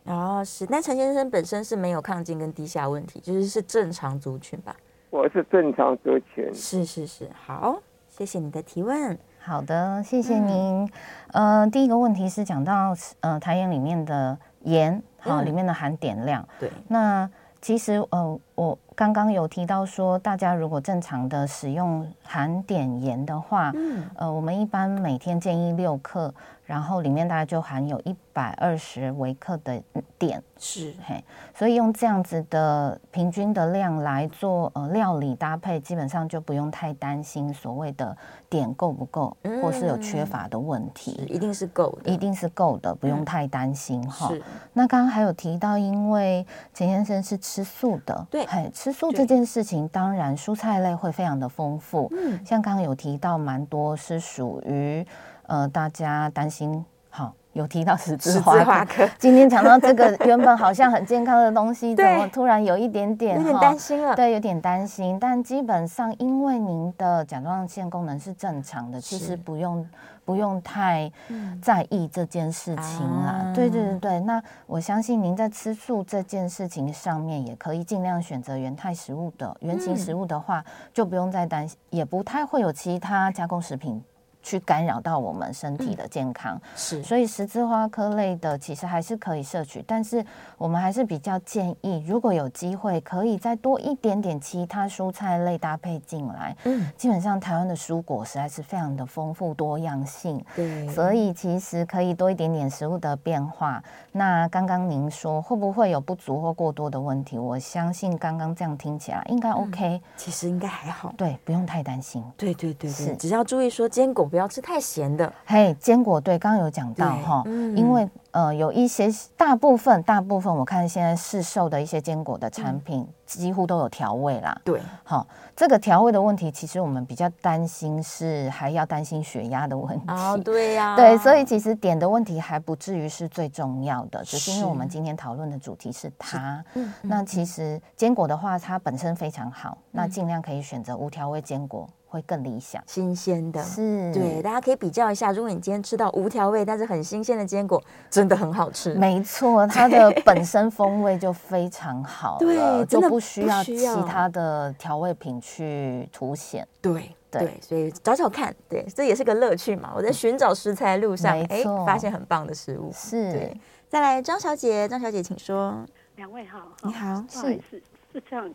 S2: 哦，是，那陈先生本身是没有亢进跟低下问题，就是是正常族群吧？
S6: 我是正常族群。
S2: 是是是，好，谢谢你的提问。
S3: 好的，谢
S2: 嗯
S3: 谢您。呃，第一个问题是讲到呃台盐里面的盐，好、
S2: 嗯
S3: 里面的含碘量。
S2: 对，
S3: 那其实呃，我刚刚有提到说，大家如果正常的使用含碘盐的话，
S2: 嗯，
S3: 呃，我们一般每天建议六克，然后里面大概就含有一百二十微克的嗯碘，
S2: 是，
S3: 嘿，所以用这样子的平均的量来做呃料理搭配，基本上就不用太担心所谓的碘够不够，或是有缺乏的问
S2: 嗯是
S3: 题。
S2: 一定是够的，
S3: 一定是够的，不用
S2: 嗯
S3: 太担心哈。
S2: 是，
S3: 那刚刚还有提到，因为陈先生是吃素的，
S2: 对
S3: 嘿，吃素
S2: 对
S3: 这件事情，当然蔬菜类会非常的丰富，
S2: 嗯，
S3: 像刚刚有提到，蛮多是属于呃大家担心，好有提到十字
S2: 十字
S3: 花科。
S2: 花科，
S3: 今天讲到这个原本好像很健康的东西，怎
S2: 对
S3: 么突然有一点点
S2: 有点
S3: 哈
S2: 担心了。
S3: 对，有点担心，但基本上因为您的甲状腺功能是正常的，其
S2: 是
S3: 实不用不用太
S2: 嗯
S3: 在意这件事情啦。对对
S2: 啊
S3: 对对，那我相信您在吃素这件事情上面，也可以尽量选择原态食物的原型食物的话，就不用再担心，也不太会有其他加工食品。去干扰到我们身体的健康。
S2: 是
S3: 所以十字花科类的其实还是可以摄取，但是我们还是比较建议，如果有机会，可以再多一点点其他蔬菜类搭配进来。
S2: 嗯，
S3: 基本上台湾的蔬果实在是非常的丰富多样性，
S2: 对，
S3: 所以其实可以多一点点食物的变化。那刚刚您说会不会有不足或过多的问题？我相信刚刚这样听起来应该
S2: 嗯
S3: OK，、
S2: 其实应该还好。
S3: 对，不用太担心。
S2: 对对对对，
S3: 是
S2: 只要注意说坚果不要吃太咸的，
S3: 嘿，坚果对，刚刚有讲到
S2: 对
S3: 哈，
S2: 嗯
S3: 因为呃有一些大部分大部分我看现在市售的一些坚果的产品、几乎都有调味啦。
S2: 嗯对，
S3: 好，这个调味的问题，其实我们比较担心是还要担心血压的问题。
S2: 啊，对呀、
S3: 对，所以其实点的问题还不至于是最重要的，只是因
S2: 是
S3: 为我们今天讨论的主题是它。
S2: 嗯嗯
S3: 那其实坚果的话，它本身非常好，那尽量可以选择无调味坚果会更理想。
S2: 新鲜的。
S3: 是，
S2: 对，大家可以比较一下，如果你今天吃到无调味但是很新鲜的坚果，真的很好吃。
S3: 没错，它的本身风味就非常好
S2: 对
S3: 了，
S2: 真
S3: 就
S2: 的
S3: 不需
S2: 不
S3: 要
S2: 需
S3: 其
S2: 要
S3: 他的调味品去凸显。
S2: 对
S3: 对
S2: 对，所以找找看，对，这也是个乐趣嘛。我在寻找食材的路上，
S3: 没
S2: 哎，
S3: 错
S2: 发现很棒的食物。
S3: 是
S2: 对，再来张小姐，张小姐请说。
S7: 两位好，
S2: 你好
S7: 不好意思，是这样，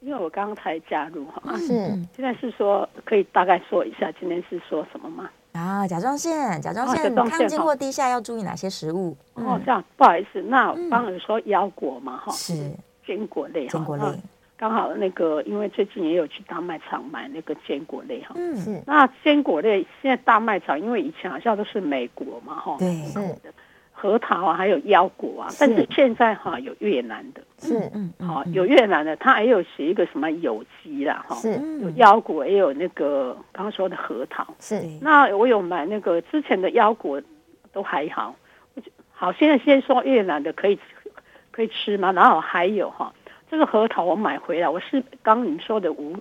S7: 因为我刚刚才加入哈，
S2: 嗯
S3: 是，
S7: 现在是说可以大概说一下今天是说什么吗？
S2: 啊，甲状腺，甲状
S7: 哦
S2: 腺
S7: 甲状腺
S2: 亢进
S7: 哈
S2: 或低下要注意哪些食物？
S7: 哦，
S2: 嗯
S7: 这样不好意思，那刚才说腰果嘛哈，
S2: 是
S7: 坚果类哈，
S2: 坚果
S7: 那
S2: 类，
S7: 刚好那个因为最近也有去大卖场买那个坚果类哈。
S2: 嗯，
S3: 是
S7: 那坚果类现在大卖场，因为以前好像都是美国嘛，哈，
S2: 对，
S3: 是
S7: 核桃啊，还有腰果啊，但是现在哈有越南的，
S3: 是
S2: 嗯，嗯
S7: 好、有越南的，它还有写一个什么有机啦，哈，
S3: 是
S7: 有
S2: 嗯，
S7: 腰果，也有那个刚刚说的核桃。
S3: 是，
S2: 对
S7: 那我有买那个之前的腰果，都还好。我就好，现在先说越南的可以可以吃吗？然后还有哈，这个核桃我买回来，我是刚你们说的无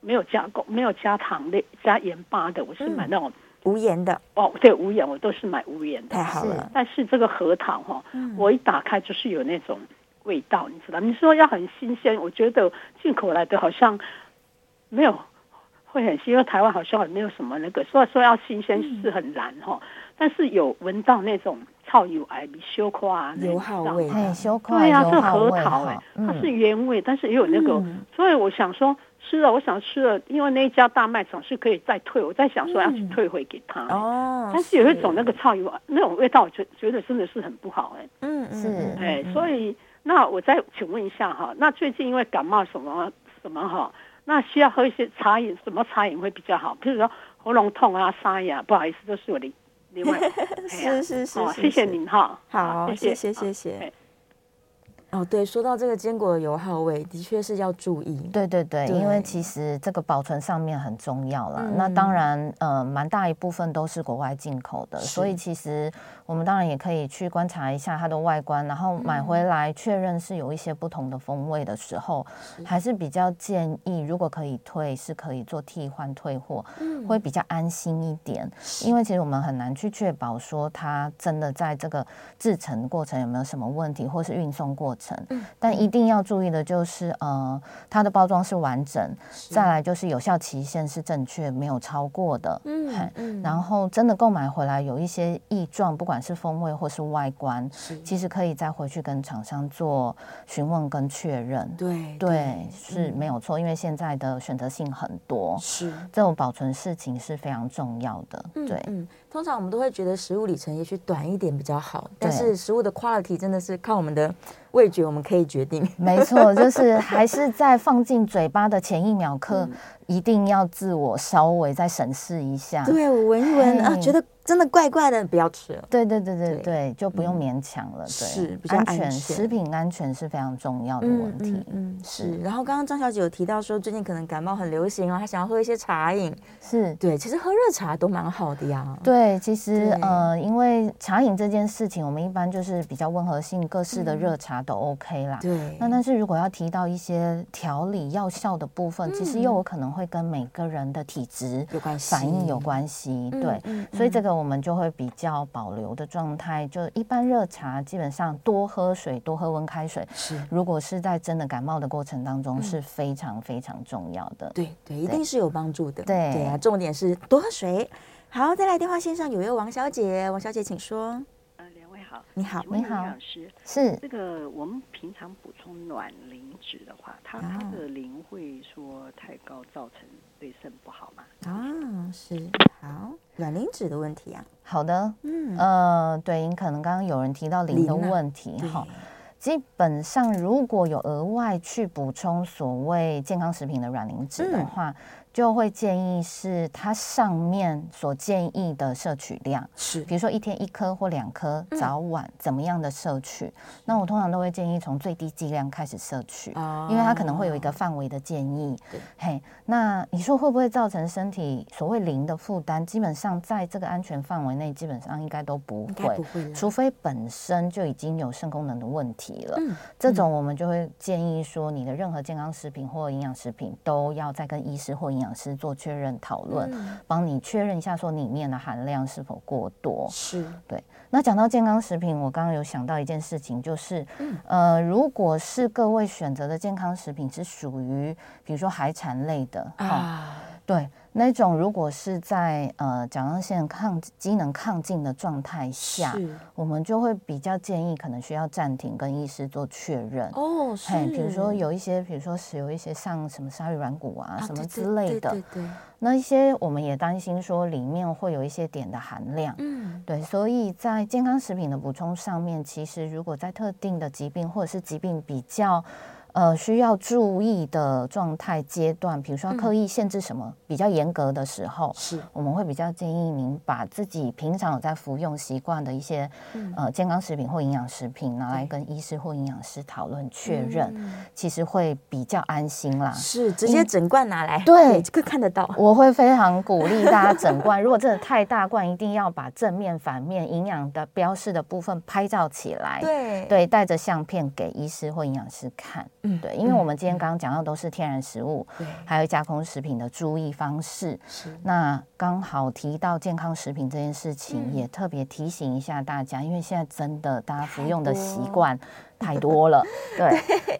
S7: 没有加工、没有加糖类、加盐巴的，我是买那种、
S2: 无盐的，
S7: 哦，对，无盐，我都是买无盐的
S2: 太。好了，
S7: 但是这个核桃哈、
S3: 嗯
S7: 我一打开就是有那种味道，你知道？你说要很新鲜，我觉得进口来的好像没有会很新，因为台湾好像也没有什么那个，虽然说要新鲜
S3: 嗯
S7: 是很难哈、但是有闻到那种臭油癌、米修块啊，那
S2: 油
S7: 种
S2: 耗味
S3: 嘿，
S2: 的，
S3: 羞愧
S7: 对
S3: 油
S7: 呀、这
S3: 好
S7: 核
S3: 味嗯
S7: 桃哎、
S3: 哈，
S7: 它是原味，但是也有那个，所以我想说吃了，我想吃了，因为那一家大卖场是可以再退，我在想说要去
S3: 嗯
S7: 退回给他、欸
S2: 哦，
S7: 但是有一种那个臭油那种味道，我觉觉得真的是很不好哎、
S2: 嗯，嗯
S3: 是
S7: 哎、所以那我再请问一下哈，那最近因为感冒什么什么哈，那需要喝一些茶饮，什么茶饮会比较好？譬如说喉咙痛啊、沙哑，不好意思，都是我的另外。 哎呀
S2: 是是是
S7: 好，
S2: 是
S7: 谢谢
S2: 是
S7: 您哈。
S2: 好，谢谢
S7: 好
S2: 谢谢
S7: 哎。
S2: 哦，对，说到这个坚果的油耗味，的确是要注意。
S3: 对对对，因
S2: 对
S3: 为其实这个保存上面很重要啦。
S2: 嗯
S3: 那当然，呃，蛮大一部分都是国外进口的，所以其实我们当然也可以去观察一下它的外观，然后买回来确认是有一些不同的风味的时候，还是比较建议，如果可以退，是可以做替换退货，会比较安心一点。因为其实我们很难去确保说它真的在这个制成过程有没有什么问题，或是运送过程。但一定要注意的就是，呃，它的包装是完整，再来就是有效期限是正确，没有超过的。
S2: 嗯
S3: 嗯
S2: 嗯
S3: 然后真的购买回来有一些异状，不管是风味或是外观，其实可以再回去跟厂商做询问跟确认。
S2: 对嗯
S3: 对，是没有错，因为现在的选择性很多，
S2: 是。
S3: 这种保存事情是非常重要的。对，
S2: 嗯，通常我们都会觉得食物里程也许短一点比较好，但
S3: 对
S2: 是食物的 quality 真的是靠我们的味觉，我们可以决定。
S3: 没错，就是还是在放进嘴巴的前一秒刻，
S2: 嗯
S3: 一定要自我稍微再审视一下。
S2: 对我闻一闻啊，
S3: 嘿
S2: 觉得真的怪怪的，不要吃了。
S3: 对对对对
S2: 对嗯
S3: 对，就不用勉强了。对，
S2: 是比较安全
S3: 食品安全是非常重要的问题。
S2: 嗯，是。然后刚刚张小姐有提到说，最近可能感冒很流行啊，她想要喝一些茶饮。
S3: 是。
S2: 对，其实喝热茶都蛮好的呀。
S3: 对，其实
S2: 对
S3: 呃，因为茶饮这件事情，我们一般就是比较温和性，各式的热茶都 OK 啦。
S2: 嗯对，
S3: 啊那但是如果要提到一些调理药效的部分，其实又有可能会跟每个人的体质
S2: 有嗯关系
S3: 反应有关系，对，
S2: 嗯
S3: 所以这个我们就会比较保留的状态。就一般热茶基本上多喝水，多喝温开水，
S2: 是
S3: 如果是在真的感冒的过程当中
S2: 嗯
S3: 是非常非常重要的。
S2: 对对，一定是有帮助的。
S3: 对
S2: 对啊，重点是多喝水。好，再来电话线上有一位王小姐，王小姐请说。
S8: 呃，两位好，
S2: 你好
S8: 请问
S3: 你好
S8: 营养师，
S3: 是
S8: 这个我们平常补充卵磷脂的话，它它
S2: 哦
S3: 啊
S8: 的磷会说太高，造成对肾不好吗？
S2: 啊，是好，卵磷脂的问题啊，
S3: 好的，
S2: 嗯，
S3: 呃，对，您可能刚刚有人提到磷的
S2: 磷啊
S3: 问题
S2: 对
S3: 哈、基本上如果有额外去补充所谓健康食品的软磷脂的
S2: 嗯
S3: 话，就会建议是它上面所建议的摄取量。
S2: 是
S3: 比如说一天一颗或两颗
S2: 嗯，
S3: 早晚怎么样的摄取？那我通常都会建议从最低剂量开始摄取，
S2: 哦
S3: 因为它可能会有一个范围的建议
S2: 对。
S3: 嘿，那你说会不会造成身体所谓零的负担？基本上在这个安全范围内，基本上应该都不
S2: 应该
S3: 会
S2: 不。会啦
S3: 除非本身就已经有肾功能的问题了，
S2: 嗯
S3: 这种我们就会建议说，你的任何健康食品或营养食品都要再跟医师或营养师做确认讨论，
S2: 嗯
S3: 帮你确认一下说里面的含量是否过多。
S2: 是
S3: 那讲到健康食品，我刚刚有想到一件事情，就是，
S2: 嗯
S3: 呃，如果是各位选择的健康食品是属于，比如说海产类的，哈
S2: 啊，
S3: 对，那种如果是在呃甲状腺抗机能亢进的状态下，
S2: 是
S3: 我们就会比较建议可能需要暂停跟医师做确认。
S2: 哦，是，
S3: 嘿比如说有一些，比如说是有一些像什么鲨鱼软骨啊，
S2: 啊
S3: 什
S2: 对
S3: 么
S2: 对
S3: 之类
S2: 对
S3: 的
S2: 对，对，
S3: 那一些我们也担心说里面会有一些碘的含量，
S2: 嗯，
S3: 对，所以在健康食品的补充上面，其实如果在特定的疾病或者是疾病比较呃需要注意的状态阶段，比如说要刻意限制什么、比较严格的时候，
S2: 是
S3: 我们会比较建议您把自己平常有在服用习惯的一些、呃健康食品或营养食品拿来跟医师或营养师讨论确认，其实会比较安心啦。
S2: 是，直接整罐拿来，
S3: 对
S2: 这个看得到，
S3: 我会非常鼓励大家整罐，如果真的太大罐，一定要把正面、反面、营养的标示的部分拍照起来。。
S2: 对，
S3: 对，带着相片给医师或营养师看。
S2: 嗯
S3: 对，因为我们今天刚刚讲到都是天然食物，
S2: 对
S3: 还有加工食品的注意方式。
S2: 是
S3: 那刚好提到健康食品这件事情，
S2: 嗯
S3: 也特别提醒一下大家，因为现在真的大家服用的习惯太多了， 对，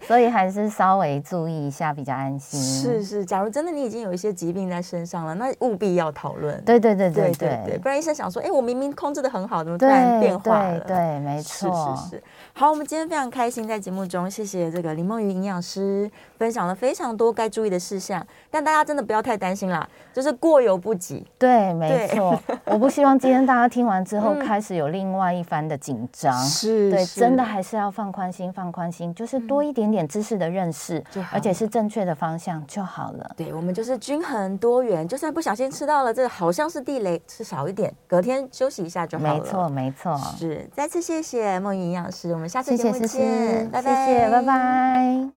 S3: 所以还是稍微注意一下比较安
S2: 嗯
S3: 心。
S2: 是，是，假如真的你已经有一些疾病在身上了，那务必要讨论。
S3: 对对对对
S2: 对对对，不然医生想说，哎，我明明控制的很好，怎么突
S3: 对
S2: 然变化
S3: 对
S2: 了？
S3: 对，没
S2: 是
S3: 错，
S2: 是是，好，我们今天非常开心，在节目中谢谢这个林梦瑜营养师分享了非常多该注意的事项，但大家真的不要太担心啦，就是过犹不及。
S3: 对，没
S2: 对
S3: 错。我不希望今天大家听完之后
S2: 嗯
S3: 开始有另外一番的紧张。
S2: 是嗯
S3: 对，真的还是要放宽心，放宽心，就是多一点点知识的认识
S2: 就好，
S3: 而且是正确的方向就好了。
S2: 对，我们就是均衡多元，就算不小心吃到了这个好像是地雷，吃少一点，隔天休息一下就好了。
S3: 没错，没错。
S2: 是。再次谢谢梦云营养师，我们下次
S3: 谢
S2: 节
S3: 谢
S2: 目
S3: 思
S2: 见，
S3: 思，谢
S2: 拜拜，
S3: 谢，拜拜。